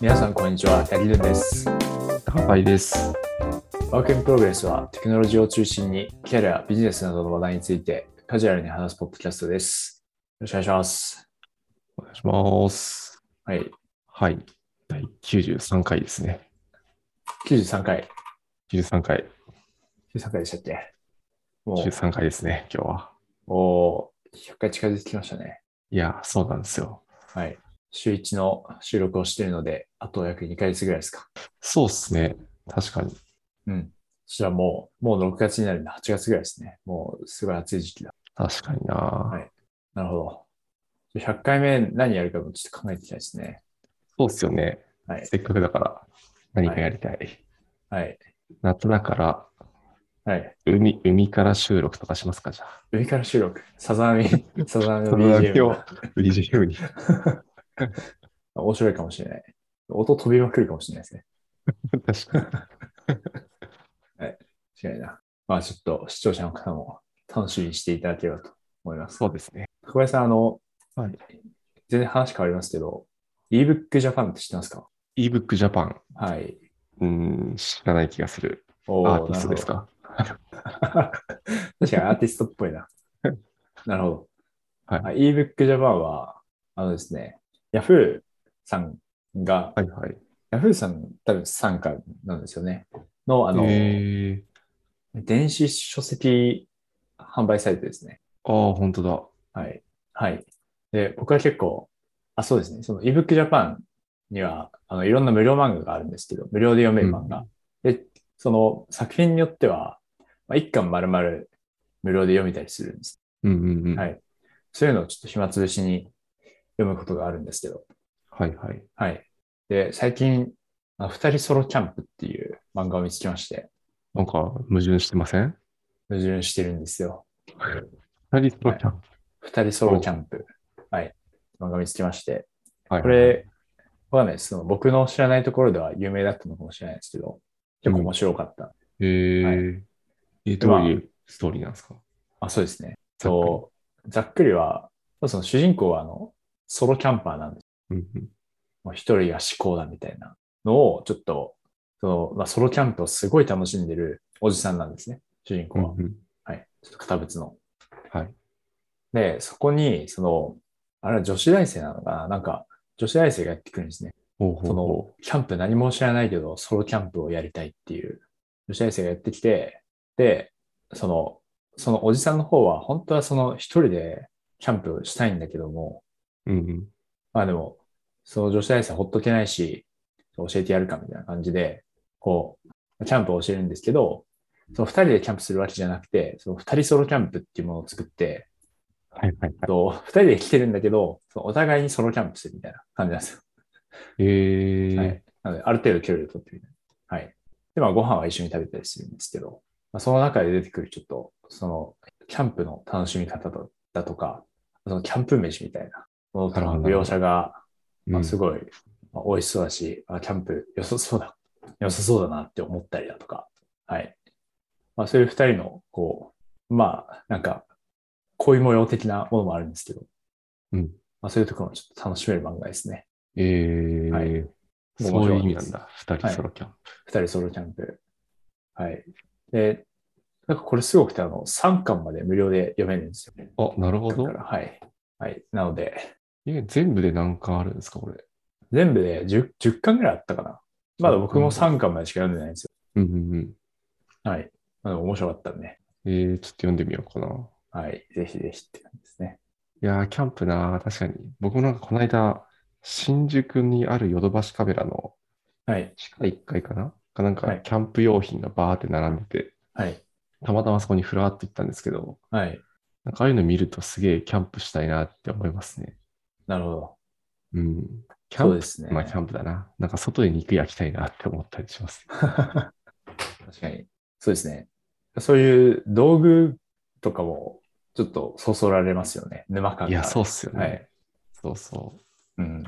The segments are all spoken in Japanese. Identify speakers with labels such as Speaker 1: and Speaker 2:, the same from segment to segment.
Speaker 1: 皆さん、こんにちは。ヤギルンです。
Speaker 2: 高パイです。
Speaker 1: ワークインプログレスは、テクノロジーを中心に、キャリア、ビジネスなどの話題について、カジュアルに話すポッドキャストです。よろしくお願いします。
Speaker 2: お願いします。
Speaker 1: はい。
Speaker 2: はい。第93回ですね。
Speaker 1: 93回。
Speaker 2: 93回。
Speaker 1: 93回でしたっけも
Speaker 2: 93回ですね、今日は。
Speaker 1: う、おー100回近づいてきましたね。
Speaker 2: いやー、そうなんですよ。
Speaker 1: はい。週1の収録をしているので、あと約2ヶ月ぐらいですか。
Speaker 2: そうっすね。確かに。
Speaker 1: うん。そしたらもう、もう6月になるんで、8月ぐらいですね。もう、すごい暑い時期だ。
Speaker 2: 確かにな、
Speaker 1: いなるほど。じゃあ100回目何やるかもちょっと考えていきたいですね。
Speaker 2: そうっすよね。
Speaker 1: はい。
Speaker 2: せっかくだから、何かやりたい。
Speaker 1: はい。
Speaker 2: 夏だから、
Speaker 1: はい。
Speaker 2: 海、海から収録とかしますか、じゃあ。
Speaker 1: 上から収録。サザ ンミ、サザンの
Speaker 2: その
Speaker 1: BGM が。
Speaker 2: BGM に。
Speaker 1: 面白いかもしれない。音飛びまくるかもしれないですね。
Speaker 2: 確かに。
Speaker 1: 違いな。まあちょっと視聴者の方も楽しみにしていただければと思います。
Speaker 2: そうですね。
Speaker 1: 小林さん、あの、
Speaker 2: はい
Speaker 1: 全然話変わりますけど、ebook Japan って知ってますか
Speaker 2: ebook Japan。
Speaker 1: はい。
Speaker 2: うーん、知らない気がする。
Speaker 1: おー
Speaker 2: アーティストです。か。
Speaker 1: なるほど 確かにアーティストっぽい な。なるほど。
Speaker 2: はい
Speaker 1: あ ebook Japan は、あのですね、Yahoo さんが、
Speaker 2: はいはい。
Speaker 1: ヤフーさん、多分参加なんですよね。の、あの、
Speaker 2: えー、
Speaker 1: 電子書籍販売サイトですね。
Speaker 2: ああ、本当だ。
Speaker 1: はい。はい。で、僕は結構、あ、そうですね。その ebook Japan には、あの、いろんな無料漫画があるんですけど、無料で読める漫画。で、その作品によっては、まあ、一巻丸々無料で読めたりするんです。
Speaker 2: うんうんうん。
Speaker 1: はいそういうのをちょっと暇つぶしに読むことがあるんですけど。
Speaker 2: はいはい。
Speaker 1: はい。で、最近、あ二人ソロキャンプっていう漫画を見つけまして、
Speaker 2: なんか矛盾してません
Speaker 1: 矛盾してるんですよ。
Speaker 2: 二人ともキャンプ
Speaker 1: 二人ソロキャンプ。はい。漫画見つけまして。
Speaker 2: はい
Speaker 1: これ、わかんないです。その僕の知らないところでは有名だったのかもしれないですけど、結構面白かった。
Speaker 2: えーえーどういうストーリーなんですか
Speaker 1: あ、そうですね。そう、ざっくりは、その主人公はあの、ソロキャンパーなんです。
Speaker 2: うんうん
Speaker 1: もう一人が至高だみたいなのを、ちょっと、その、まあ、ソロキャンプをすごい楽しんでるおじさんなんですね。主人公は。
Speaker 2: うんうん
Speaker 1: はい。ちょっと堅物の。
Speaker 2: はい。
Speaker 1: で、そこに、その、あれは女子大生なのかななんか、女子大生がやってくるんですね。
Speaker 2: ほうほう
Speaker 1: そ
Speaker 2: ほ
Speaker 1: の、キャンプ何も知らないけど、ソロキャンプをやりたいっていう女子大生がやってきて、で、その、そのおじさんの方は、本当はその一人でキャンプしたいんだけども、
Speaker 2: う。うんうん
Speaker 1: まあでも、その女子大生ほっとけないし、教えてやるかみたいな感じで、こう、キャンプを教えるんですけど、その二人でキャンプするわけじゃなくて、その二人ソロキャンプっていうものを作って、
Speaker 2: はいは
Speaker 1: え
Speaker 2: い
Speaker 1: っ
Speaker 2: は
Speaker 1: と、二人で来てるんだけど、そのお互いにソロキャンプするみたいな感じなんですよ。
Speaker 2: い。えー
Speaker 1: はい。なので、ある程度距離を取ってみたいな。はい。で、まあ、ご飯は一緒に食べたりするんですけど、まあ、その中で出てくるちょっと、その、キャンプの楽しみ方だだとか、そのキャンプ飯みたいなものとかの描写が、
Speaker 2: うん
Speaker 1: まあ、すごい、まあ、美味しそうだし、あ、キャンプ良さそうだ、良さそうだなって思ったりだとか、はい。まあ、そういう二人の、こう、まあ、なんか、恋模様的なものもあるんですけど、
Speaker 2: うん
Speaker 1: まあ、そういうところもちょっと楽しめる漫画ですね。
Speaker 2: えー
Speaker 1: はい
Speaker 2: そういう意味なんだ。二人ソロキャン
Speaker 1: 二人ソロキャンプ。はい。で、なんかこれすごくて、あの、3巻まで無料で読めるんですよね。
Speaker 2: プ。あ、なるほ
Speaker 1: だか
Speaker 2: ど。
Speaker 1: ら、はい。はい。なので、
Speaker 2: え全部で何巻あるんですかこれ。
Speaker 1: 全部で 10, 10巻ぐらいあったかな。まだ僕も3巻までしか読んでないんですよ。
Speaker 2: うんうんうん。
Speaker 1: はい。まだ面白かったんで、
Speaker 2: えー、ちょっと読んでみようかな。
Speaker 1: はい。ぜひぜひって感じですね。
Speaker 2: いやー、キャンプなー、確かに。僕もなんかこの間、新宿にあるヨドバシカメラの
Speaker 1: はい。
Speaker 2: 地下1階かなかなん
Speaker 1: は
Speaker 2: か
Speaker 1: い、
Speaker 2: キャンプ用品がバーって並んでて、
Speaker 1: はい。
Speaker 2: たまたまそこにふらーっと行ったんですけど、
Speaker 1: はい。
Speaker 2: なんかああいうの見るとすげえキャンプしたいなって思いますね。
Speaker 1: なるほど。
Speaker 2: うん。キャ
Speaker 1: そ
Speaker 2: ン
Speaker 1: う
Speaker 2: プ、
Speaker 1: ですね。
Speaker 2: まあキャンプだな。なんか外で肉焼きたいなって思ったりします。
Speaker 1: 確かに。そうですね。そういう道具とかも、ちょっとそそられますよね。沼感が。
Speaker 2: いや、そううっすよね。
Speaker 1: はい。
Speaker 2: そうそう。
Speaker 1: うん。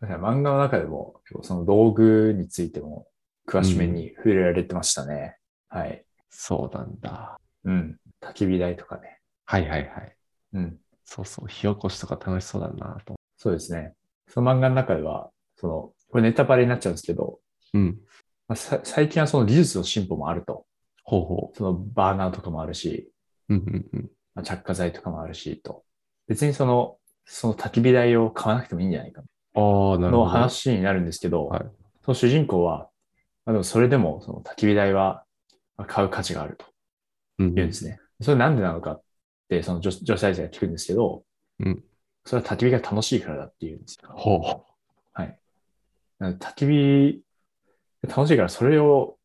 Speaker 1: だから漫画の中でも、結構その道具についても、詳しめに触れられてましたね。はい。
Speaker 2: そうなんだ。
Speaker 1: うん。焚き火台とかね。
Speaker 2: はいはいはい。
Speaker 1: うん。
Speaker 2: そうそう。火起こしとか楽しそうだなと。
Speaker 1: そうですね。その漫画の中では、その、これネタバレになっちゃうんですけど、
Speaker 2: うん。
Speaker 1: まあ、さ最近はその技術の進歩もあると。
Speaker 2: ほうほ
Speaker 1: そのバーナーとかもあるし、
Speaker 2: う。うんうんうん。
Speaker 1: まあ、着火剤とかもあるし、と。別にその、その焚き火台を買わなくてもいいんじゃないか
Speaker 2: ああ、なる
Speaker 1: の
Speaker 2: ほど。
Speaker 1: 話になるんですけど、
Speaker 2: はい
Speaker 1: その主人公は、まあ、でもそれでもその焚き火台はまあ買う価値があると
Speaker 2: うん
Speaker 1: 言うんですね。それなんでなのかって、その女女子大生が聞くんですけど、
Speaker 2: うん
Speaker 1: それは焚き火が楽しいからだっていうんですよ。
Speaker 2: ほうほ
Speaker 1: なので焚き火、楽しいからそれを、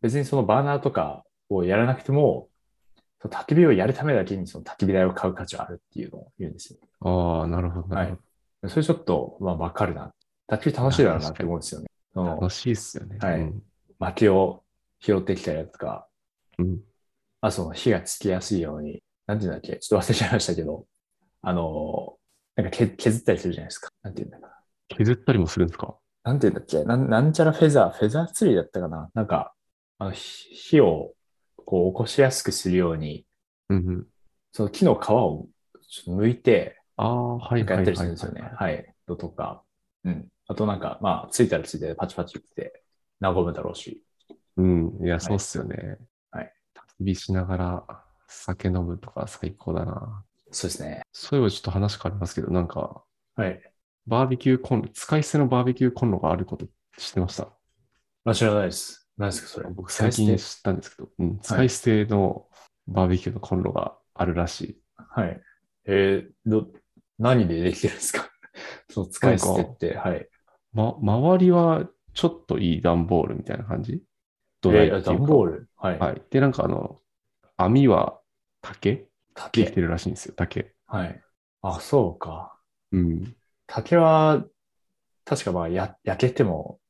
Speaker 1: 別にそのバーナーとかをやらなくても、その焚き火をやるためだけにその焚き火台を買う価値はあるっていうのを言うんですよ。
Speaker 2: う。ああ、なるほど。なるほ
Speaker 1: それちょっと、まあ、わかるな。焚き火楽しいだろうなって思うんですよね。そ
Speaker 2: ど
Speaker 1: の
Speaker 2: 楽しいっすよね。
Speaker 1: はい
Speaker 2: うん
Speaker 1: 薪を拾ってきたりだとか、
Speaker 2: うん。
Speaker 1: まあ、その火がつきやすいように、なんていうんだっけ、ちょっと忘れちゃいましたけど、あの、なんかけ削ったりするじゃないですか。なんていうんだか。
Speaker 2: 削ったりもするんですか
Speaker 1: なんていうんだっけ、なんなんちゃらフェザー、フェザーツリーだったかな。なんか、あの火火をこう起こしやすくするように、
Speaker 2: うんうん。
Speaker 1: その木の皮をちょっと剥いて、
Speaker 2: ああ、はい
Speaker 1: なんかや
Speaker 2: はい
Speaker 1: っ
Speaker 2: はい
Speaker 1: た
Speaker 2: は
Speaker 1: り
Speaker 2: い
Speaker 1: するんですよね。はい。のとか、うん。あとなんか、まあ、ついたらついてパチパチって、和むだろうし。
Speaker 2: うん。いや、そうっすよね。
Speaker 1: はい。
Speaker 2: 焚き火しながら酒飲むとか最高だな。
Speaker 1: そうですね。
Speaker 2: そういえばちょっと話変わりますけど、なんか、
Speaker 1: はい。
Speaker 2: バーベキューコンロ、使い捨てのバーベキューコンロがあること知ってました
Speaker 1: まあ、知らないです。何ですか、それ。
Speaker 2: 僕最近
Speaker 1: です。
Speaker 2: 知ったんですけど、うん、使い捨てのバーベキューのコンロがあるらしい。
Speaker 1: はい。えー、ど、何でできてるんですか その使い捨てって、はい。
Speaker 2: ま、周りはちょっといい段ボールみたいな感じドライ
Speaker 1: えー
Speaker 2: ってい
Speaker 1: 段
Speaker 2: うか
Speaker 1: ボール。はい。
Speaker 2: はい。で、なんかあの、網は竹
Speaker 1: 竹
Speaker 2: できてるらしいんですよ、竹。
Speaker 1: はい。あ、そうか。
Speaker 2: うん。
Speaker 1: 竹は、確かまあ、や、焼けても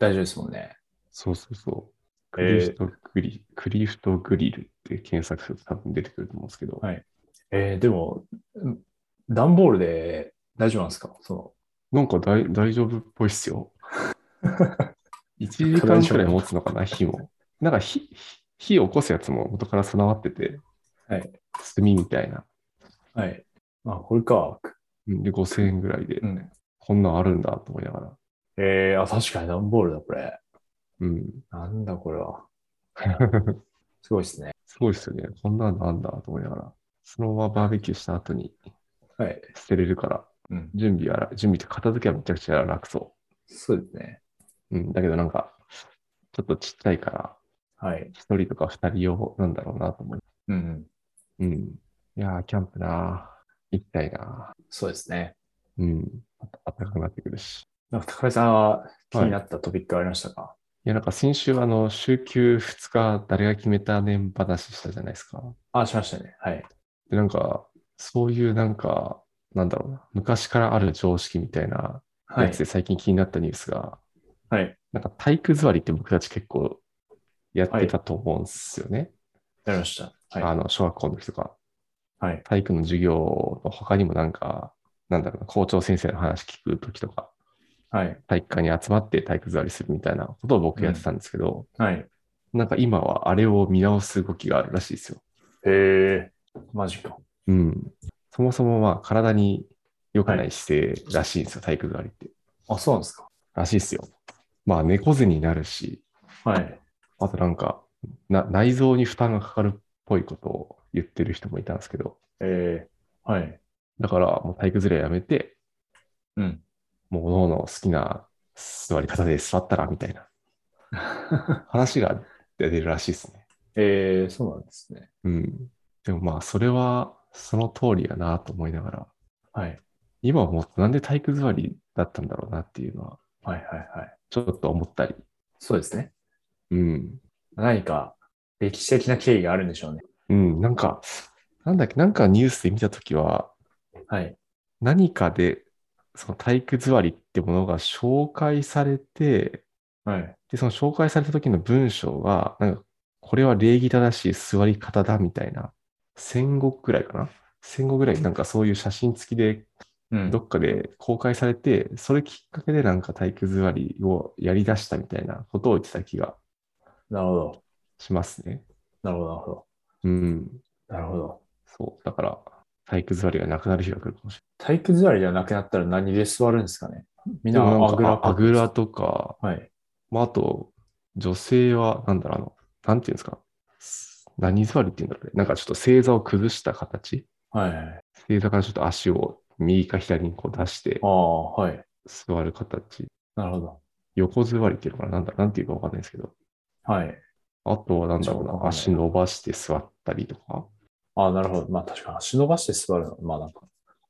Speaker 1: 大丈夫ですもんね。
Speaker 2: そうそうそう。ク
Speaker 1: えー
Speaker 2: リフトグリ、クリフトグリルって検索すると多分出てくると思うんですけど、
Speaker 1: はいえー、でも、ん段ボールで大丈夫なんですかその、
Speaker 2: なんか大大丈夫っぽいっす よ。1時間くらい持つのかな、火も。なんか火、火火を起こすやつも元から備わってて、
Speaker 1: はい
Speaker 2: 炭みたいな。
Speaker 1: はい。まあ、これか。
Speaker 2: うんで、5000円ぐらいで、
Speaker 1: うん。
Speaker 2: こんなんあるんだと思いながら。
Speaker 1: えー、あ、確かに段ボールだ、これ。
Speaker 2: うん。
Speaker 1: なんだ、これは。すごいですね。
Speaker 2: すごいっすよね。こんなんなんだと思いながら。そのままバーベキューした後に
Speaker 1: はい。
Speaker 2: 捨てれるから、
Speaker 1: うん。
Speaker 2: 準備はら、準備って片付けはめちゃくちゃ楽そ
Speaker 1: そうですね。
Speaker 2: う。うん。だけどなんか、ちょっとちっちゃいから、
Speaker 1: はい。
Speaker 2: 一人とか二人用なんだろうなと思い
Speaker 1: うんうん。
Speaker 2: うん。いやー、キャンプなー行きたいな
Speaker 1: そうですね。
Speaker 2: ーうん。あた暖かくなってくるし。
Speaker 1: なんか高井さんは気になったトピックありましたか、
Speaker 2: いや、なんか先週、あの、週休2日、誰が決めた年話したじゃないですか。
Speaker 1: あ、しましたね。はい。
Speaker 2: で、なんか、そういうなんか、なんだろうな、昔からある常識みたいな
Speaker 1: は
Speaker 2: や
Speaker 1: い
Speaker 2: つ。で最近気になったニュースが、
Speaker 1: はい。
Speaker 2: なんか体育座りって僕たち結構やってたと思うんですよね。
Speaker 1: やりました。は
Speaker 2: あの、小学校の時とか。
Speaker 1: い。はい。
Speaker 2: 体育の授業の他にもなんか、なんだろうな、校長先生の話聞く時とか、
Speaker 1: はい。
Speaker 2: 体育館に集まって体育座りするみたいなことを僕やってたんですけど、
Speaker 1: はい。
Speaker 2: なんか今はあれを見直す動きがあるらしいですよ。
Speaker 1: へえ、マジか。
Speaker 2: うん。そもそもまあ体に良くない姿勢らしいんですよ、体育座りって。
Speaker 1: あ、そうなんですか。
Speaker 2: らしいですよ。まあ猫背になるし、
Speaker 1: はい。
Speaker 2: あとなんかな内臓に負担がかかるっぽいことを言ってる人もいたんですけど、
Speaker 1: えー、はい。
Speaker 2: だからもう体育座りはやめて、
Speaker 1: うん。
Speaker 2: もう各々好きな座り方で座ったらみたいな話が出てるらしいですね。
Speaker 1: えー、そうなんですね。
Speaker 2: うん。でもまあ、それはその通りやなと思いながら、
Speaker 1: はい。
Speaker 2: 今思ってなんで体育座りだったんだろうなっていうのは、
Speaker 1: はいはいはい。
Speaker 2: ちょっと思ったり。
Speaker 1: そうですね。
Speaker 2: うん。
Speaker 1: 何か歴史的な経緯があるんでしょうね。
Speaker 2: うん、なんか、なんだっけ、なんかニュースで見たときは、
Speaker 1: はい。
Speaker 2: 何かで、その体育座りってものが紹介されて、
Speaker 1: はい。
Speaker 2: で、その紹介された時の文章が、なんか、これは礼儀正しい座り方だみたいな、戦後ぐらいかな戦後ぐらいになんかそういう写真付きで
Speaker 1: うん
Speaker 2: どっかで公開されて、それきっかけでなんか体育座りをやり出したみたいなことを言ってた気が
Speaker 1: なるほど。
Speaker 2: しますね。
Speaker 1: なるほど、なるほど。
Speaker 2: うん。
Speaker 1: なるほど。
Speaker 2: そう。だから、体育座りがなくなる日が来るかもし
Speaker 1: 体育座りじゃなくなったら何で座るんですかね。みんな
Speaker 2: でも
Speaker 1: ア
Speaker 2: なん
Speaker 1: グ
Speaker 2: か
Speaker 1: ラ
Speaker 2: あアグラとか、
Speaker 1: はい。
Speaker 2: まあ、あと、女性は、なんだろう、あの、なんていうんですか、す何座りっていうんだろうね。なんかちょっと正座を崩した形。
Speaker 1: はいはい。
Speaker 2: 正座からちょっと足を右か左にこう出して
Speaker 1: ああ、はい。
Speaker 2: 座る形。
Speaker 1: なるほど。
Speaker 2: 横座りっていうのかななんだ、なんていうかわかんないですけど。
Speaker 1: はい。
Speaker 2: あとは、なんだろ
Speaker 1: ちょ
Speaker 2: う
Speaker 1: っとわかん
Speaker 2: な、
Speaker 1: ない
Speaker 2: 足伸ばして座ったりとか。
Speaker 1: ああ、なるほど。まあ確かに足伸ばして座るのは、まあなんか、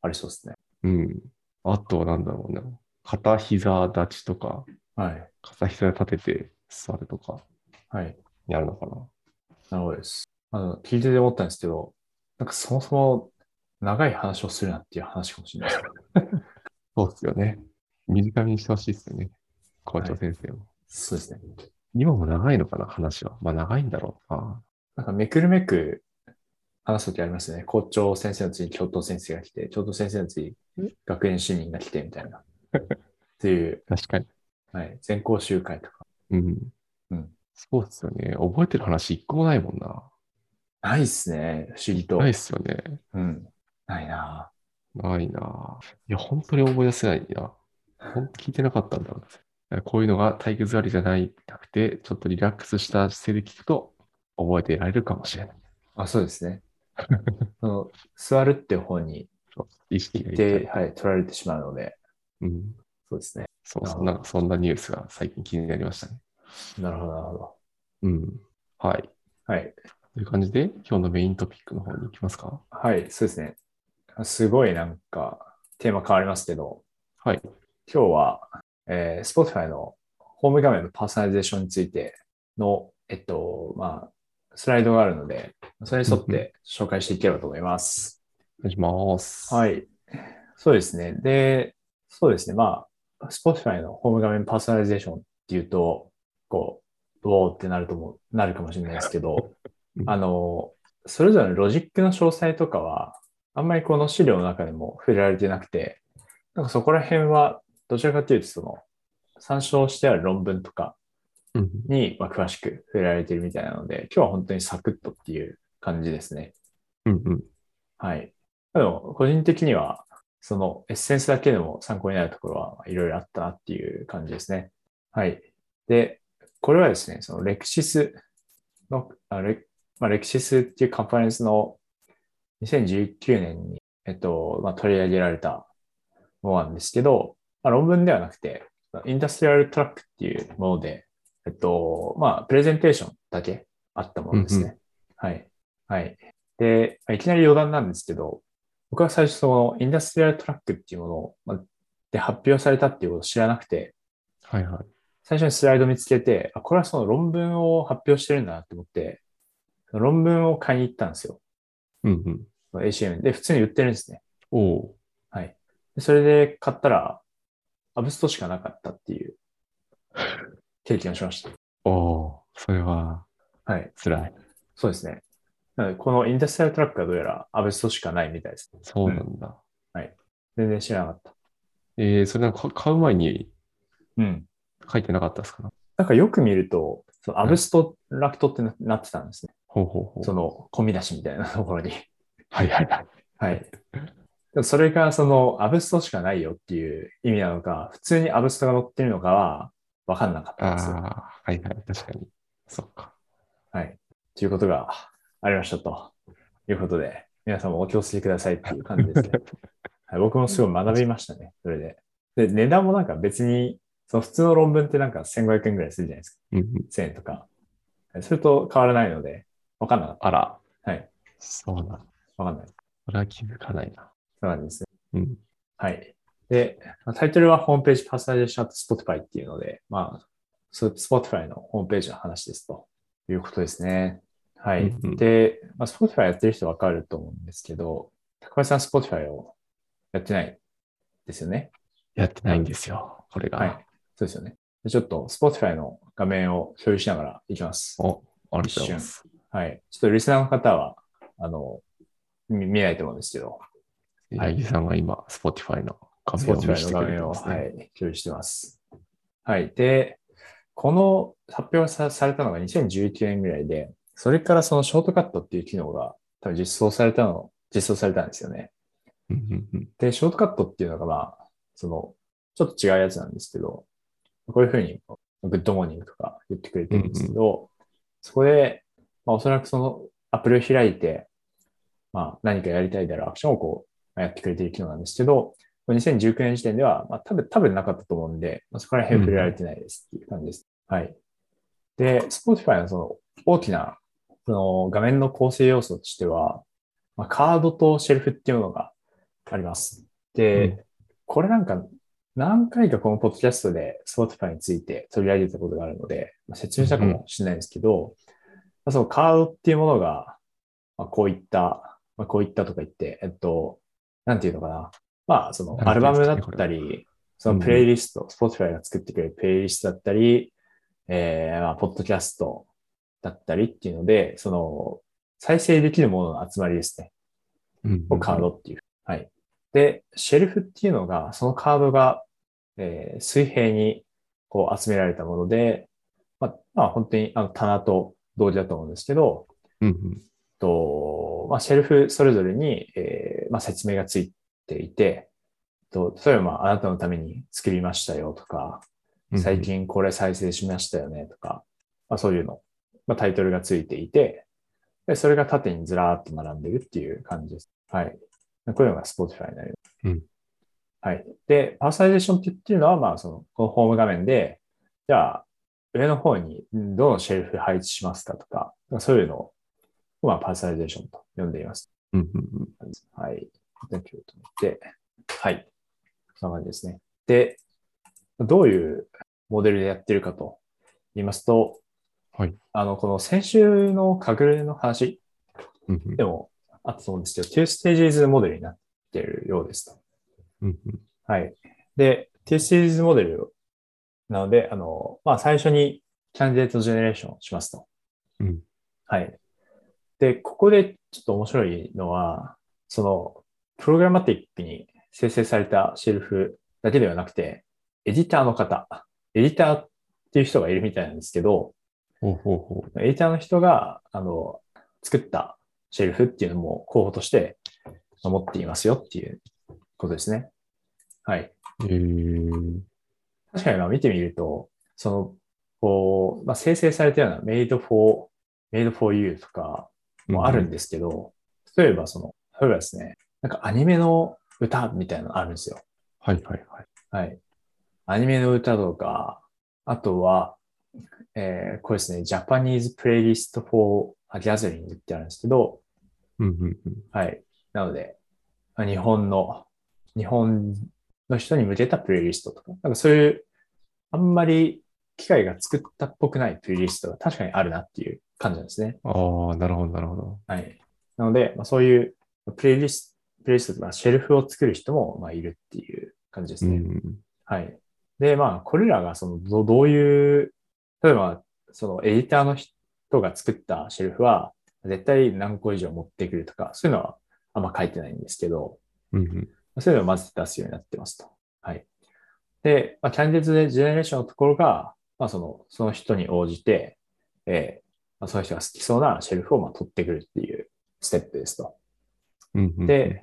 Speaker 1: ありそうですね。
Speaker 2: うん。あとは、なんだろうな、片膝立ちとか、
Speaker 1: はい。
Speaker 2: 片膝立てて座るとか、
Speaker 1: はい。
Speaker 2: やるのかな。
Speaker 1: なるほどです。あの、聞いてて思ったんですけど、なんかそもそも長い話をするなっていう話かもしれないですね。
Speaker 2: そうですよね。短めにしてほしいですよね。校長先生も。
Speaker 1: そうですね。
Speaker 2: 今も長いのかな、話は。まあ、長いんだろうな。
Speaker 1: なんかめくるめく話すときありますよね。校長先生の次に教頭先生が来て、教頭先生の次に学園主任が来てみたいな。っていう、
Speaker 2: 確かに。
Speaker 1: はい、全校集会とか。
Speaker 2: うん。
Speaker 1: うん
Speaker 2: そうですよね。覚えてる話一個もないもんな。
Speaker 1: ないっすね、不思議と。
Speaker 2: ないっすよね。
Speaker 1: うん。ないなぁ
Speaker 2: ないな。いや、本当に思い出せないな。ほん聞いてなかったんだろうな。こういうのが体育座りじゃないなくて、ちょっとリラックスした姿勢で聞くと、覚えていられるかもしれない。
Speaker 1: あ、そうですね。その座るっていう方に
Speaker 2: 意識
Speaker 1: 行っ
Speaker 2: がいって
Speaker 1: て、はい、取られてしまうので、
Speaker 2: うん。
Speaker 1: そうですね。
Speaker 2: そうそう、なんかそんなニュースが最近気になりましたね。
Speaker 1: なるほど、なるほど。
Speaker 2: うん。はい。
Speaker 1: はい。
Speaker 2: という感じで、今日のメイントピックの方に行きますか。
Speaker 1: はい、そうですね。すごいなんか、テーマ変わりますけど、
Speaker 2: はい。
Speaker 1: 今日は、えー Spotify のホーム画面のパーソナリゼーションについての、えっと、まあ、スライドがあるので、それに沿っ
Speaker 2: うんう
Speaker 1: て紹介していければと思います。
Speaker 2: お願いします。。
Speaker 1: はいい。そうですね。で、そうですね。まあ、Spotify のホーム画面パーソナリゼーションっていうと、こう、どうってなるとも、なるかもしれないですけど
Speaker 2: う、ん
Speaker 1: あの、それぞれのロジックの詳細とかは、あんまりこの資料の中でも触れられてなくて、なんかそこら辺は、どちらかというと、その、参照してある論文とか
Speaker 2: うん。
Speaker 1: に、まあ、詳しく触れられてるみたいなので、今日は本当にサクッとっていう感じですね。
Speaker 2: うんうん。
Speaker 1: はい。でも、個人的には、そのエッセンスだけでも参考になるところはまあいろいろあったなっていう感じですね。はい。で、これはですね、そのレクシスの、あレまあ、レクシスっていうカンファレンスの2019年に、えっと、まあ、取り上げられたものなんですけど、まあ、論文ではなくて、インダストリアルトラックっていうもので、えっと、まあ、プレゼンテーションだけあったものですね。はい。はい。で、まあいきなり余談なんですけど、僕は最初そのインダストリアルトラックっていうものを、まあで発表されたっていうことを知らなくて、
Speaker 2: はいはい。
Speaker 1: 最初にスライド見つけて、あ、これはその論文を発表してるんだなって思って、その論文を買いに行ったんですよ。
Speaker 2: うんうん。
Speaker 1: その ACM で普通に売ってるんですね。
Speaker 2: おお。
Speaker 1: でそれで買ったら、アブストしかなかったっていう経験をしました。
Speaker 2: おお。それは、
Speaker 1: はい。
Speaker 2: 辛い。
Speaker 1: そうですね。なのでこのインダストリアルトラックはどうやらアブストしかないみたいです。
Speaker 2: そうなんだ。
Speaker 1: 全然知らなかった。
Speaker 2: えー、それなんかか買う前に
Speaker 1: うん。
Speaker 2: 書いてなかったですか
Speaker 1: なんかよく見ると、そのアブストラクトってななってたんですね。
Speaker 2: ほうほうほう。
Speaker 1: その、込み出しみたいなところに。
Speaker 2: はいはいはい。
Speaker 1: はい。でもそれが、その、アブストしかないよっていう意味なのか、普通にアブストが載ってるのかは、わかんなかっ
Speaker 2: あ
Speaker 1: たんですよ。
Speaker 2: あ、はいはい。確かに。そっか。
Speaker 1: はい。ということがありましたと。いうことで、皆さんもお気をつけくださいっていう感じですね。はい、僕もすごい学びましたね。それで。で、値段もなんか別に、その普通の論文ってなんか1500円ぐらいするじゃないですか。
Speaker 2: うんうん。
Speaker 1: 1000円とか。それと変わらないので、わかんなかった。
Speaker 2: あら。
Speaker 1: はい。
Speaker 2: そうなんだ。
Speaker 1: わかんない。
Speaker 2: それは気づかないな。
Speaker 1: そうなんですね。
Speaker 2: うん。
Speaker 1: はい。で、まあタイトルはホームページパーソナリゼーションスポティファイっていうので、まあ、スポティファイのホームページの話ですということですね。はい。
Speaker 2: うんうん
Speaker 1: で、まあ、スポティファイやってる人わかると思うんですけど、高橋さんスポティファイをやってないですよね。
Speaker 2: やってないんですよ。これが。
Speaker 1: はい。そうですよね。でちょっとスポティファイの画面を共有しながらいきます。
Speaker 2: お、ありがとうございます。
Speaker 1: はい。ちょっとリスナーの方は、あの、見見ないと思うんですけど、はい
Speaker 2: 八木さんが今、Spotify の画
Speaker 1: ス
Speaker 2: 面
Speaker 1: ポー
Speaker 2: を
Speaker 1: ツフ
Speaker 2: 見せ
Speaker 1: ァイ
Speaker 2: て
Speaker 1: の画
Speaker 2: くれて
Speaker 1: 面を、
Speaker 2: ますね。
Speaker 1: はい、共有してます。はい。で、この発表さされたのが2011年ぐらいで、それからそのショートカットっていう機能が多分実装されたの、実装されたんですよね。
Speaker 2: うんうんうん。
Speaker 1: で、ショートカットっていうのがまあ、そのちょっと違うやつなんですけど、こういうふうに、グッドモーニングとか言ってくれてるんですけど、そこで、まあ、おそらくそのアプリを開いて、まあ、何かやりたいであるアクションをこう、まあやってくれている機能なんですけど、これ2019年時点では、まあ、多分、多分なかったと思うんで、まあ、そこら辺触れられてないですっていう感じです。はい。で、Spotify のその大きな、その画面の構成要素としては、まあ、カードとシェルフっていうのがあります。で、
Speaker 2: うん
Speaker 1: これなんか何回かこのポッドキャストで Spotify について取り上げたことがあるので、まあ説明したかもしれないんですけど、まあそのカードっていうものが、まあ、こういった、まあ、こういったとか言って、えっと、なんていうのかな。まあ、そのアルバムだったり、そのプレイリスト、Spotify が作ってくれるプレイリストだったり、えー、まあ、ポッドキャストだったりっていうので、その、再生できるものの集まりですね。
Speaker 2: うん
Speaker 1: をカードっていう。はい。で、シェルフっていうのが、そのカードが、えー水平にこう集められたもので、まあ、まあ、本当にあの棚と同時だと思うんですけど、
Speaker 2: うんうん。
Speaker 1: と、まあ、シェルフそれぞれに、えーまあ、説明がついていて、と例えば、まあ、あなたのために作りましたよとか、
Speaker 2: うん
Speaker 1: 最。近これ再生しましたよねとか、まあ、そういうの、まあ、タイトルがついていてで、それが縦にずらーっと並んでるっていう感じです。はい。こういうのが Spotify になります。
Speaker 2: うん
Speaker 1: はい。で、パーソナリゼーションって言ってるのは、まあ、その、このホーム画面で、じゃあ、上の方にんどのシェルフ配置しますかとか、そういうのを、まあ、パーソナリゼーションと呼んでいます。
Speaker 2: うんうんうん。
Speaker 1: はい。勉強と思って。はい。そんな感じですね。で、どういうモデルでやってるかと言いますと、
Speaker 2: はい。
Speaker 1: あの、この先週のカグルの話
Speaker 2: うんうん
Speaker 1: でもあったと思うんですけど、2ステージズモデルになっているようですと。
Speaker 2: うんうん。
Speaker 1: はい。で、T シリーズモデルなので、あの、まあ、最初にキャンディデートジェネレーションをしますと。
Speaker 2: うん
Speaker 1: はい。で、ここでちょっと面白いのは、その、プログラマティックに生成されたシェルフだけではなくて、エディターの方、エディターっていう人がいるみたいなんですけど、
Speaker 2: ほうほうほ
Speaker 1: エディターの人が、あの、作ったシェルフっていうのも候補として持っていますよっていうことですね。はい。
Speaker 2: う。えー。
Speaker 1: 確かにまあ見てみると、その、こう、まあ、生成されたような made for, made for you とかもあるんですけど、例えばその、例えばですね、なんかアニメの歌みたいなのあるんですよ。
Speaker 2: はいはいはい。
Speaker 1: はい。アニメの歌とか、あとは、えー、これですね、Japanese Playlist for a Gathering ってあるんですけど、
Speaker 2: うんうんうん。
Speaker 1: はい。なので、まあ日本の、日本の人に向けたプレイリストとか、なんかそういう、あんまり機械が作ったっぽくないプレイリストが確かにあるなっていう感じなんですね。
Speaker 2: ああ、なるほどなるほど。
Speaker 1: はい。なので、まあ、そういうプレイリスト、プレイリストとかシェルフを作る人もまあいるっていう感じです
Speaker 2: う
Speaker 1: ね。
Speaker 2: ん。
Speaker 1: はい。で、まあ、これらが、その、どどういう、例えば、その、エディターの人が作ったシェルフは、絶対何個以上持ってくるとか、そういうのはあんま書いてないんですけど、
Speaker 2: うんうん。
Speaker 1: そういうのをまず出すようになってますと。はい。で、まあ、キャンディーズジェネレーションのところが、まあ、その、その人に応じて、えーまあ、その人が好きそうなシェルフをまあ取ってくるっていうステップですと。
Speaker 2: うんうん。
Speaker 1: で、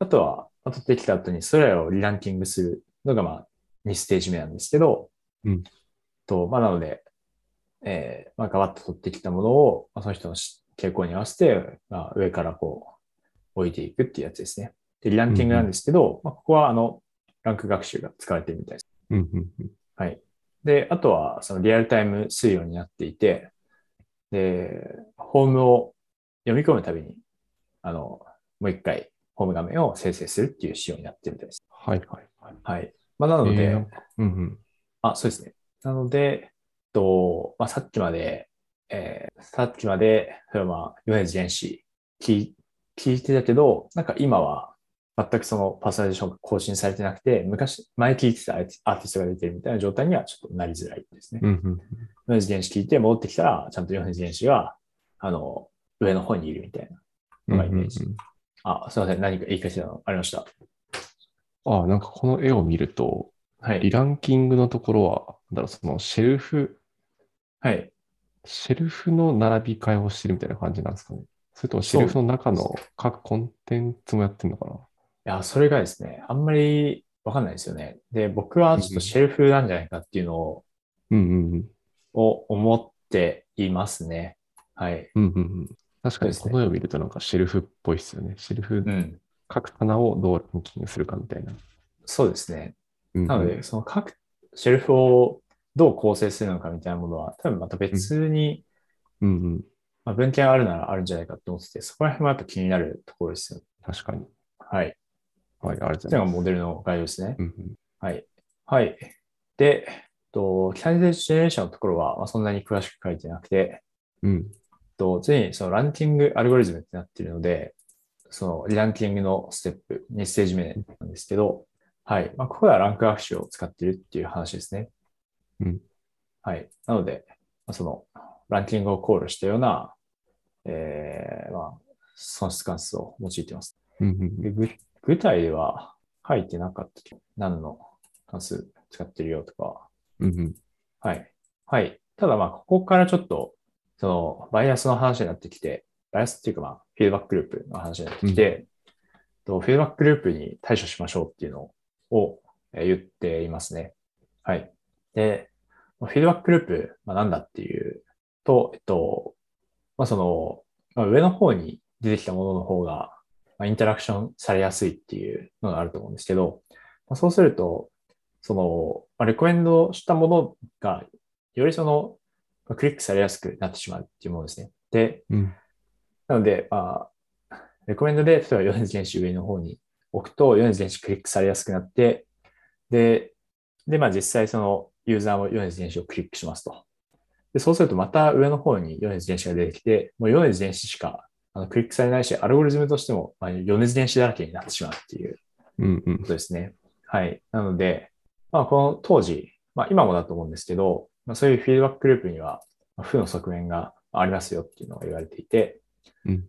Speaker 1: あとは、まあ取ってきた後にそれらをリランキングするのが、まあ、2ステージ目なんですけど、
Speaker 2: うん
Speaker 1: と、まあ、なので、えー、まあ、ガバッと取ってきたものを、まあ、その人のし傾向に合わせて、まあ、上からこう、置いていくっていうやつですね。で、リランキングなんですけど、まあ、ここは、あの、ランク学習が使われてるみたいです。
Speaker 2: うんうんうん。
Speaker 1: で、あとは、そのリアルタイム推論になっていて、で、ホームを読み込むたびに、あの、もう一回、ホーム画面を生成するっていう仕様になってるみたいです。
Speaker 2: はいはいはい。
Speaker 1: はい。まあ、なので、
Speaker 2: えーなんかうんうん。
Speaker 1: あ、そうですね。なので、えっと、まあ、さっきまで、えーさっきまで、それはまあ、米津玄師聞い、聞いてたけど、なんか今は、全くそのパーソナリゼーションが更新されてなくて、昔、前聞いてたアーティアーティストが出てるみたいな状態にはちょっとなりづらいですね。
Speaker 2: うんうん。
Speaker 1: 米津玄師聞いて戻ってきたら、ちゃんと米津玄師が、あの、上の方にいるみたいな。
Speaker 2: うん
Speaker 1: まあイ
Speaker 2: うんう
Speaker 1: メー
Speaker 2: ん
Speaker 1: ジあ、すいません。何か言い返したのありました。
Speaker 2: ああ、なんかこの絵を見ると、
Speaker 1: は
Speaker 2: リ
Speaker 1: い。
Speaker 2: ランキングのところは、なんだろう、そのシェルフ、
Speaker 1: はい。
Speaker 2: シェルフの並び替えをしてるみたいな感じなんですかね。それともシェルフの中の各コンテンツもやってるのかない
Speaker 1: や、それがですね、あんまりわかんないですよね。で、僕はちょっとシェルフなんじゃないかっていうのを、
Speaker 2: うんうんうん。
Speaker 1: を思っていますね。はい。
Speaker 2: うんうんうん。確かに
Speaker 1: そうです
Speaker 2: こ
Speaker 1: ね
Speaker 2: の絵を見るとなんかシェルフっぽいですよね。シェルフ
Speaker 1: う、ん。
Speaker 2: 各棚をどうランキングするかみたいな。
Speaker 1: そうですね。
Speaker 2: うんうん
Speaker 1: なので、その各シェルフをどう構成するのかみたいなものは、多分また別に、
Speaker 2: うんうん。
Speaker 1: まあ、文献があるならあるんじゃないかと思ってて、そこら辺もやっぱ気になるところですよね。
Speaker 2: 確かに。
Speaker 1: はい。
Speaker 2: はい、ありが
Speaker 1: と
Speaker 2: と
Speaker 1: いう
Speaker 2: うござ
Speaker 1: の
Speaker 2: い
Speaker 1: が
Speaker 2: ます。
Speaker 1: モデルの概要ですね。
Speaker 2: うんうん
Speaker 1: はい。はい。で、えっと、キャンディジェネレーションのところは、まあ、そんなに詳しく書いてなくて、
Speaker 2: うん。
Speaker 1: と、常にそのランキングアルゴリズムってなってるので、そのランキングのステップ、2ステージ目なんですけど、はい。まあ、ここではランク学習を使ってるっていう話ですね。
Speaker 2: うん。
Speaker 1: はい。なので、まあ、そのランキングを考慮したような、えー、まあ、損失関数を用いてます。
Speaker 2: うんうんうん
Speaker 1: で具具体では書いてなかったけど何の関数使ってるよとか、
Speaker 2: うんうん。
Speaker 1: はい。はい。ただまあ、ここからちょっと、その、バイアスの話になってきて、バイアスっていうかまあ、フィードバックループの話になってきて、とフィードバックループに対処しましょうっていうのをえー言っていますね。はい。で、まあフィードバックループ、まあ、なんだっていうと、えっと、まあ、その、まあ、上の方に出てきたものの方が、まあ、インタラクションされやすいっていうのがあると思うんですけど、まあ、そうすると、その、まあ、レコメンドしたものが、よりその、まあクリックされやすくなってしまうっていうものですね。で、
Speaker 2: うん
Speaker 1: なので、まあ、レコメンドで、例えば米津玄師上の方に置くと、米津玄師クリックされやすくなって、で、で、まあ実際そのユーザーも米津玄師をクリックしますと。で、そうするとまた上の方に米津玄師が出てきて、もう米津玄師しかあのクリックされないし、アルゴリズムとしても、まあ、米津玄師だらけになってしまうっていう
Speaker 2: うんうん
Speaker 1: ことですね。はい。なので、まあ、この当時、まあ、今もだと思うんですけど、まあ、そういうフィードバックループには、まあ負の側面がありますよっていうのが言われていて、
Speaker 2: うん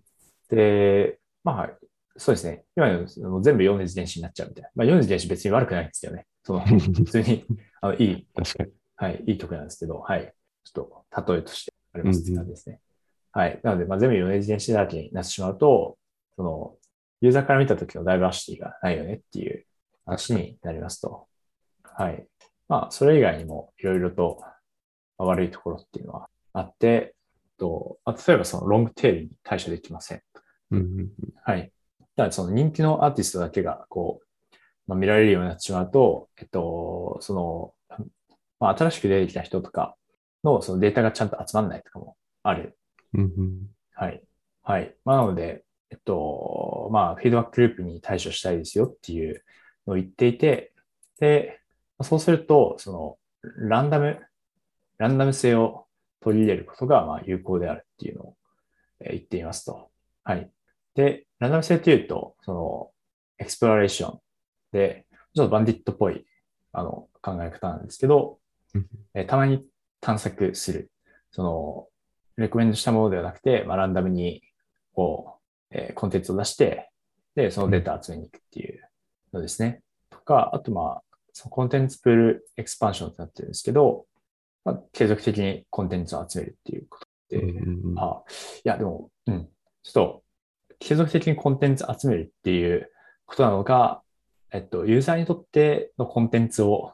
Speaker 1: で、まあ、そうですね。今のその全部米津電子になっちゃうみたいな。まあ、米津電子別に悪くないんですよね。そ の、
Speaker 2: うん。
Speaker 1: 普通に、あの、いい、
Speaker 2: 確かに。
Speaker 1: はい、いい曲なんですけど、はい。ちょっと、例えとしてありますって
Speaker 2: うんうん
Speaker 1: 感じですね。はい。なので、まあ、全部米津電子だらけになってしまうと、その、ユーザーから見た時のダイバーシティがないよねっていう話になりますと。はい。まあ、それ以外にもいろいろとまあ悪いところっていうのはあって、とあ例えばそのロングテールに対処できません。
Speaker 2: うんうん
Speaker 1: はい。だからその人気のアーティストだけがこう、まあ、見られるようになってしまうと、えっと、その、まあ、新しく出てきた人とかのそのデータがちゃんと集まらないとかもある。
Speaker 2: うんうん。
Speaker 1: はい。はい。まあ、なので、えっと、まあ、フィードバックループに対処したいですよっていうのを言っていて、で、そうすると、その、ランダム、ランダム性を取り入れることが、まあ、有効であるっていうのをえー言っていますと。はい。で、ランダム性というと、その、エクスプロレーションで、ちょっとバンディットっぽい、あの、考え方なんですけど
Speaker 2: うん、
Speaker 1: えーたまに探索する。その、レコメンドしたものではなくて、まあ、ランダムに、こう、えーコンテンツを出して、で、そのデータを集めに行くっていうのですね。とか、あと、まあ、そのコンテンツプールエクスパンションってなってるんですけど、まあ、継続的にコンテンツを集めるっていうことで、
Speaker 2: うん
Speaker 1: あ、いや、でも、うん、ちょっと、継続的にコンテンツ集めるっていうことなのか、えっと、ユーザーにとってのコンテンツを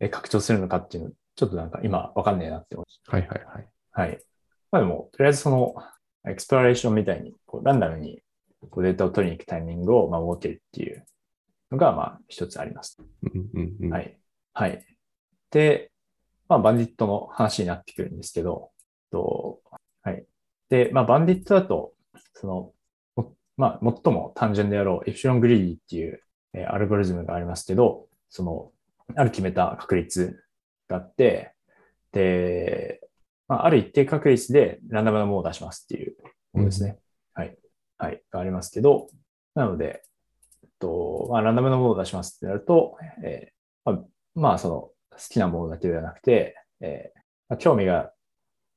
Speaker 1: え拡張するのかっていうの、ちょっとなんか今わかんねえなって思いまし
Speaker 2: はいはいはい。
Speaker 1: た。はい。まあでも、とりあえずその、エクスプロレーションみたいに、こう、ランダムにこうデータを取りに行くタイミングを、まあ、設けるっていうのが、まあ、一つあります。
Speaker 2: うんうんうん。。
Speaker 1: はいい。はい。で、まあ、バンディットの話になってくるんですけど、とはい。で、まあ、バンディットだと、その、もまあ、最も単純であろう、エプシロングリーディっていう、えーアルゴリズムがありますけど、その、ある決めた確率があって、で、まあ、ある一定確率でランダムなものを出しますっていうものですね。はい。はい。がありますけど、なので、えっと、まあ、ランダムなものを出しますってなると、えーまあ、その、好きなものだけではなくて、えーまあ、興味が、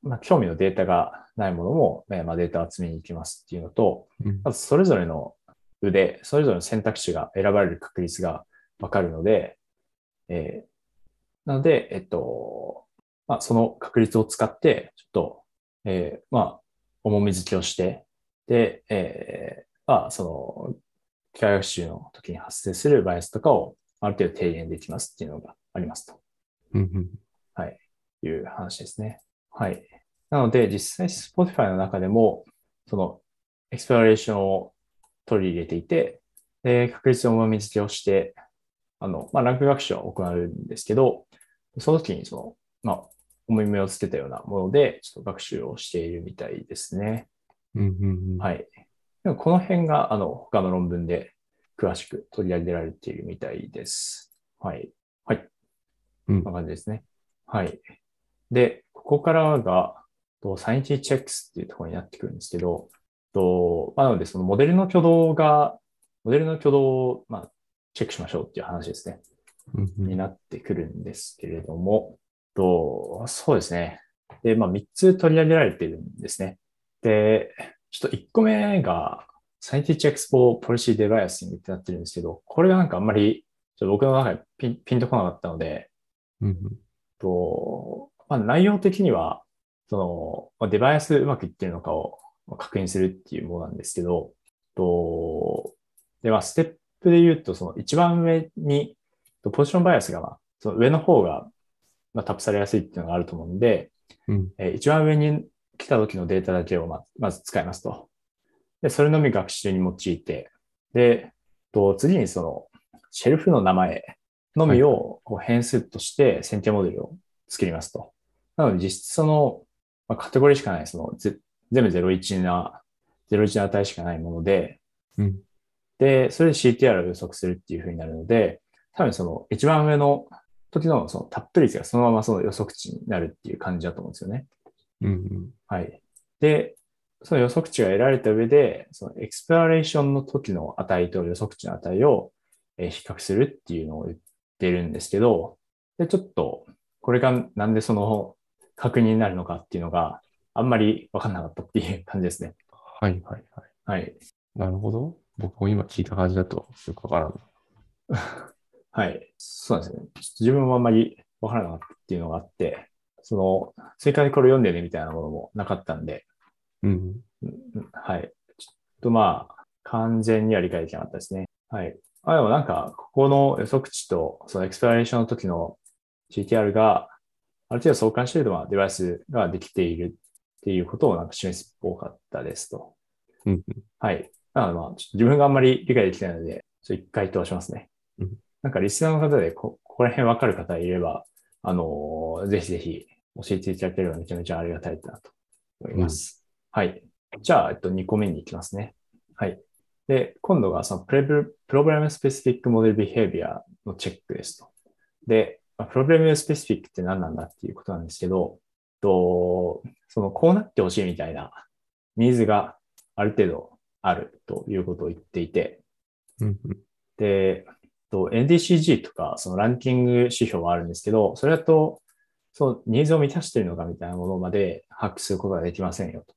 Speaker 1: まあ、興味のデータがないものも、えーまあ、データを集めに行きますっていうのと、
Speaker 2: うん
Speaker 1: まずそれぞれの腕、それぞれの選択肢が選ばれる確率がわかるので、えーなので、えっと、まあ、その確率を使って、ちょっと、えーまあ、重み付けをして、で、えーまあ、その、機械学習の時に発生するバイアスとかをある程度提言できますっていうのがありますと。
Speaker 2: うんうん。
Speaker 1: いう話ですね。はい。なので、実際 Spotify の中でも、その、エクスプロレーションを取り入れていて、で、確率を重み付けをして、あの、まあ、ランク学習を行うんですけど、その時にその、まあ、重み目をつけたようなもので、ちょっと学習をしているみたいですね。
Speaker 2: うんうんうん。
Speaker 1: はい。でもこの辺が、あの、他の論文で詳しく取り上げられているみたいです。はい。はい。
Speaker 2: うん
Speaker 1: こんな感じですね。はい。で、ここからが、とサインティチェックスっていうところになってくるんですけど、とまあなので、そのモデルの挙動が、モデルの挙動を、まあ、チェックしましょうっていう話ですね。
Speaker 2: うんうん
Speaker 1: になってくるんですけれども、とそうですね。で、まあ、3つ取り上げられてるんですね。で、ちょっと1個目が、サイティチェックスポーポリシーデバイアスングってなってるんですけど、これがなんかあんまり、ちょっと僕の中でピンピンとこなかったので、
Speaker 2: うん
Speaker 1: と、まあ、内容的には、その、まあ、デバイアスうまくいってるのかをまあ確認するっていうものなんですけど、と、で、まあ、ステップで言うと、その一番上に、とポジションバイアスが、まあ、その上の方が、まあ、タップされやすいっていうのがあると思うんで、
Speaker 2: うん
Speaker 1: えー一番上に来た時のデータだけをままず使いますと。で、それのみ学習に用いて、で、と次にその、シェルフの名前のみをこう変数として選定モデルを作りますと。なので実質その、まあ、カテゴリーしかない、そのぜ全部01な、01な値しかないもので、
Speaker 2: うん
Speaker 1: で、それで CTR を予測するっていう風になるので、多分その一番上の時のそのタップ率がそのままその予測値になるっていう感じだと思うんですよね。
Speaker 2: うんうん
Speaker 1: はい。で、その予測値が得られた上で、そのエクスプロレーションの時の値と予測値の値をえー比較するっていうのを言ってるんですけど、で、ちょっと、これがなんでその確認になるのかっていうのがあんまりわかんなかったっていう感じですね。
Speaker 2: はいはいは
Speaker 1: はい。
Speaker 2: い。なるほど。僕も今聞いた感じだとよくわからん。
Speaker 1: はい。そうなんですね。ちょっと自分もあんまりわからなかったっていうのがあって、その、追加でこれ読んでねみたいなものもなかったんで、
Speaker 2: うん。
Speaker 1: うんはい。ちょっとまあ、完全には理解できなかったですね。はい。あ、でもなんか、ここの予測値と、そのエクスプロレーションの時の GTR が、ある程度相関しているのはデバイスができているっていうことをなんか示すっぽかったですと。
Speaker 2: うんうん
Speaker 1: はい。なのでまあ、ちょっと自分があんまり理解できてないので、ちょっと一回通しますね。
Speaker 2: うん
Speaker 1: なんか、リスナーの方でこ、ここら辺わかる方いれば、あのーぜひぜひ教えていただければめちゃめちゃありがたいなと思います。はい。じゃあ、えっと、2個目に行きますね。はい。で、今度がそのプレブプログラムスペシフィックモデルビヘイビアのチェックですと。で、まあプログラムスペシフィックって何なんだっていうことなんですけど、とそのこうなってほしいみたいなニーズがある程度あるということを言っていて、
Speaker 2: うんうん
Speaker 1: で、と NDCG とか、そのランキング指標はあるんですけど、それだと、そのニーズを満たしているのかみたいなものまで把握することができませんよと。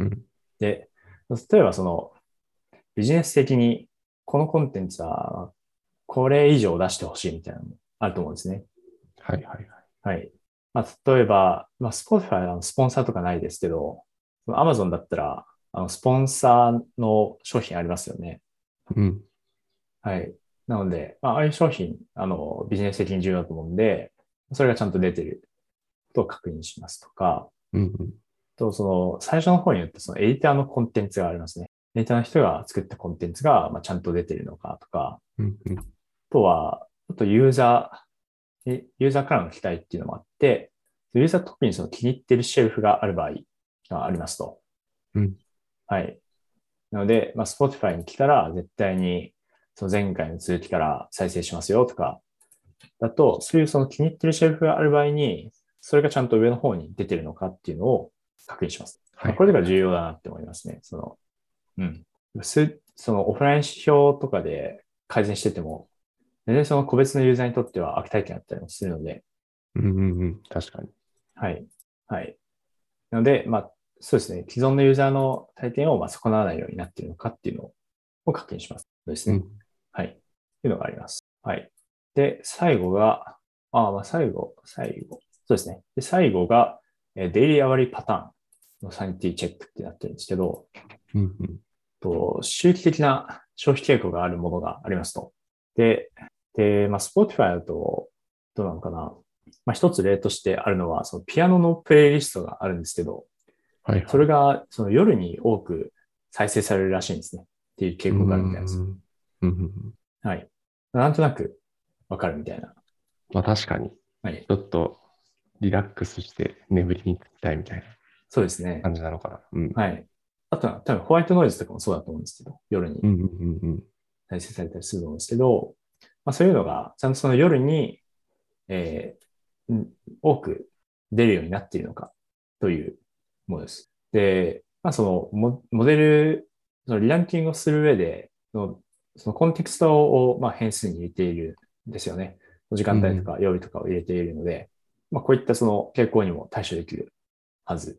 Speaker 2: うん
Speaker 1: で、例えばその、ビジネス的に、このコンテンツは、これ以上出してほしいみたいなのもあると思うんですね。
Speaker 2: はいはいはい。
Speaker 1: はい。まあ、例えば、まあ、Spotify はあのスポンサーとかないですけど、その Amazon だったら、あのスポンサーの商品ありますよね。
Speaker 2: うん。
Speaker 1: はい。なので、まあ、ああいう商品、あの、ビジネス的に重要だと思うんで、それがちゃんと出てることを確認しますとか、
Speaker 2: うん
Speaker 1: あと、その、最初の方によって、その、エディターのコンテンツがありますね。エディターの人が作ったコンテンツが、まあ、ちゃんと出てるのかとか、
Speaker 2: うん。うんうん。
Speaker 1: あとは、あとユーザーに、ユーザーからの期待っていうのもあって、ユーザー特にその気に入ってるシェルフがある場合がありますと。
Speaker 2: うん
Speaker 1: はい。なので、まあ、Spotify に来たら絶対にその前回の続きから再生しますよとか、だと、そういうその気に入ってるシェルフがある場合に、それがちゃんと上の方に出てるのかっていうのを確認します。
Speaker 2: はい。
Speaker 1: これが重要だなって思いますね。その、うん。すそのオフライン指標とかで改善してても、全然その個別のユーザーにとっては悪体験だったりもするので、
Speaker 2: うんうんうん。確かに。
Speaker 1: はい。はい。なので、まあ、そうですね。既存のユーザーの体験をまあ損なわないようになっているのかっていうのを確認します。そうですね。
Speaker 2: うん
Speaker 1: はい。っていうのがあります。はい。で、最後が、あまあ、最後、最後。そうですね。で、最後が、えーデイリーアワリーパターンのサニティチェックってなってるんですけど、
Speaker 2: うんうん。
Speaker 1: と、周期的な消費傾向があるものがありますと。で、で、まあ、Spotify だと、どうなのかな。まあ、一つ例としてあるのは、そのピアノのプレイリストがあるんですけど、
Speaker 2: はいはい。
Speaker 1: それがその夜に多く再生されるらしいんですね。っていう傾向があるみたいです
Speaker 2: う。んうんうん。
Speaker 1: はい。なんとなくわかるみたいな。
Speaker 2: まあ確かに、
Speaker 1: はい。
Speaker 2: ちょっとリラックスして眠りにつきたいみたい
Speaker 1: そうですね
Speaker 2: な。感じなのかな。うん。
Speaker 1: はい。あとは多分ホワイトノイズとかもそうだと思うんですけど、夜に
Speaker 2: うんうんうんうん。
Speaker 1: 再生されたりすると思うんですけど、まあ、そういうのが、ちゃんとその夜に、えーうん多く出るようになっているのかというものです。で、まあ、そのモモデル、そのリランキングをする上で、そのそのコンテクストを、まあ、変数に入れているんですよね。時間帯とか曜日とかを入れているので、まあ、こういったその傾向にも対処できるはず。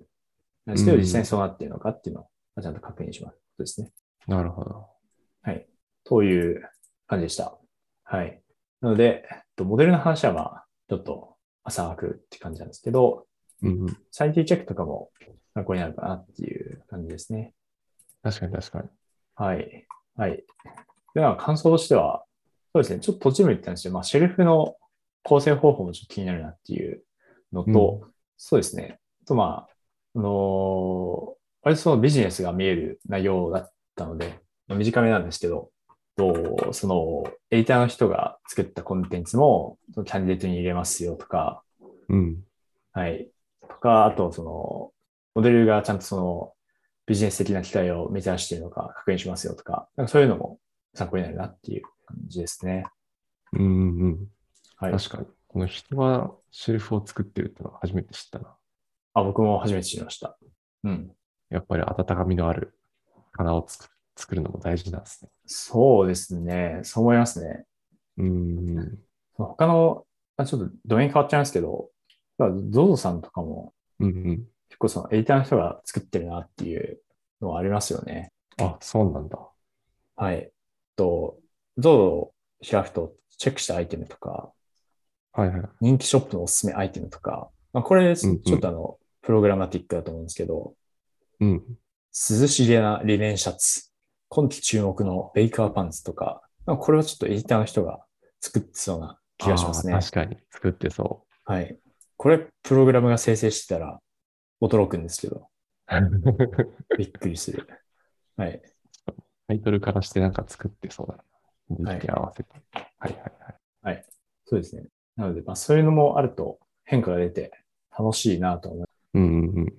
Speaker 1: なんですけど、
Speaker 2: うん
Speaker 1: 実際にそうなっているのかっていうのをちゃんと確認します。そうですね。
Speaker 2: なるほど。
Speaker 1: という感じでした。はい。なので、えっとモデルの話はまあ、ちょっと浅くって感じなんですけど、
Speaker 2: うんうん。
Speaker 1: サイティチェックとかも参考になるかなっていう感じですね。
Speaker 2: 確かに確かに。
Speaker 1: はい。はい。では、感想としては、そうですね、ちょっと途中も言ったんですけど、まあ、シェルフの構成方法もちょっと気になるなっていうのと、そうですね、あとまあ、あのー割とそのビジネスが見える内容だったので、まあ短めなんですけど、とそのエディターの人が作ったコンテンツも、そのキャンディデートに入れますよとか、
Speaker 2: うん。
Speaker 1: はい。とか、あと、その、モデルがちゃんとその、ビジネス的な機会を満たしているのか確認しますよとか、なんかそういうのも参考になるなっていう感じですね。
Speaker 2: うんうんうん。
Speaker 1: はい。
Speaker 2: 確かに。この人がシェルフを作ってるってのは初めて知ったな。
Speaker 1: あ、僕も初めて知りました。うん。
Speaker 2: やっぱり温かみのある棚を作作るのも大事なんですね。
Speaker 1: そうですね。そう思いますね。
Speaker 2: うんうん。
Speaker 1: 他の、あちょっとドメイン変わっちゃうんですけど、ゾゾさんとかも
Speaker 2: うん
Speaker 1: 結構そのエディターの人が作ってるなっていうのはありますよね。
Speaker 2: うん。あ、そうなんだ。
Speaker 1: はい。と、ゾゾ開くとチェックしたアイテムとか、
Speaker 2: はいはい。
Speaker 1: 人気ショップのおすすめアイテムとか、まあ、これ、ち
Speaker 2: うん
Speaker 1: ょ
Speaker 2: うん
Speaker 1: っとあの、プログラマティックだと思うんですけど、
Speaker 2: うん。
Speaker 1: 涼しげなリネンシャツ、今季注目のベイカーパンツとか、まあこれはちょっとエディターの人が作ってそうな気がします
Speaker 2: あ
Speaker 1: ね
Speaker 2: ー。確かに。作ってそ
Speaker 1: はい。これ、プログラムが生成してたら驚くんですけど、
Speaker 2: う。
Speaker 1: びっくりする。はい。
Speaker 2: タイトルからしてなんか作ってそうだな。
Speaker 1: はい
Speaker 2: 時期合わせて。はいはいはい。
Speaker 1: そうですね。なので、まあ、そういうのもあると変化が出て楽しいなと思います
Speaker 2: うんうんうん。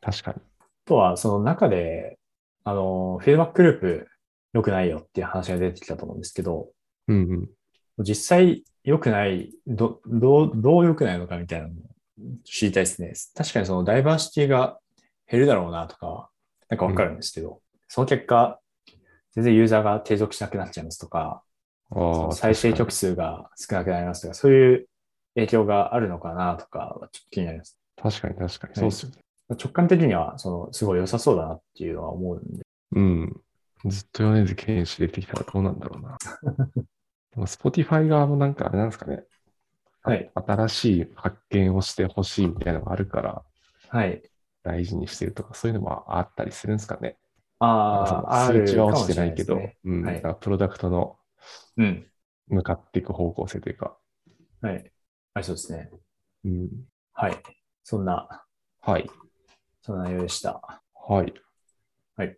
Speaker 2: 確かに。
Speaker 1: あとは、その中で、あの、フィードバックループ良くないよっていう話が出てきたと思うんですけど、
Speaker 2: うんうん。
Speaker 1: 実際良くない、ど、どう、どう良くないのかみたいなのも知りたいですね。確かにそのダイバーシティが減るだろうなとか、なんかわかるんですけど、その結果、全然ユーザーが継続しなくなっちゃいますとか、そ
Speaker 2: あ
Speaker 1: の
Speaker 2: あ。
Speaker 1: 再生曲
Speaker 2: 数。
Speaker 1: 数が少なくなりますとか、そういう影響があるのかなとかはちょっと気になります。
Speaker 2: 確かに確かに。そうっすよね。
Speaker 1: 直感的には、その、すごい良さそうだなっていうのは思うんで、
Speaker 2: うん。ずっと米津玄師出てきたらどうなんだろ うな。でも Spotify 側もなんかあれなんですかね。
Speaker 1: はい。
Speaker 2: 新しい発見をしてほしいみたいなのがあるから、
Speaker 1: はい。
Speaker 2: 大事にしてるとか、そういうのもあったりするんですかね。
Speaker 1: ああ、
Speaker 2: なんかその数値は
Speaker 1: あるか
Speaker 2: 落
Speaker 1: も
Speaker 2: ちてないけど、
Speaker 1: しれですね
Speaker 2: うん。
Speaker 1: は
Speaker 2: ないんかプロダクトの
Speaker 1: うん。
Speaker 2: 向かっていく方向性というか。
Speaker 1: はい。ありそうですね。
Speaker 2: うん。
Speaker 1: はい。そんな、
Speaker 2: はい。
Speaker 1: そんな内容でした。
Speaker 2: はい。
Speaker 1: はい。
Speaker 2: あり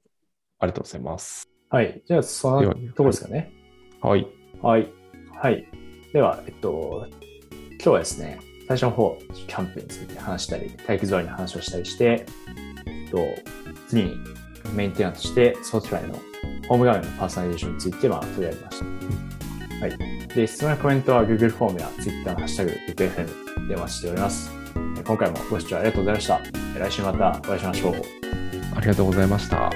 Speaker 2: がとうございます。
Speaker 1: はい。じゃあ、そ
Speaker 2: で
Speaker 1: の
Speaker 2: は
Speaker 1: ところですかね。
Speaker 2: はい。
Speaker 1: はい。はい。では、えっと、今日はですね、最初の方、キャンプについて話したり、体育座りの話をしたりして、えっと、次にメインテナントして、Spotify のホーム画面のパーソナリゼーションについて、まあ、取り上げました。はい。で、質問やコメントは Google フォームや Twitter のハッシュタグ、f f m でお待ちしております。えー今回もご視聴ありがとうございました。えー来週またお会いしましょう。
Speaker 2: ありがとうございました。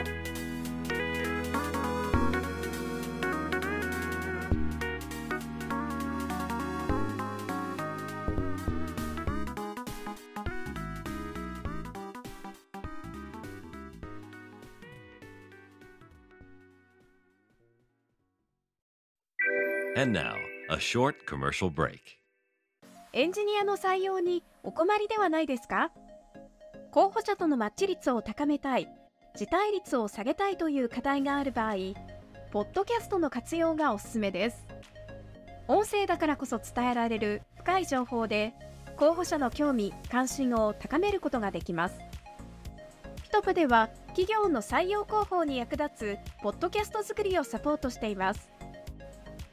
Speaker 3: And now, a short commercial break.
Speaker 4: エンジニアの採用にお困りではないですか候補者とのマッチ率を高めたい、辞退率を下げたいという課題がある場合、ポッドキャストの活用がおすすめです。音声だからこそ伝えられる深い情報で候補者の興味関心を高めることができますピトプでは企業の採用広報に役立つポッドキャスト作りをサポートしています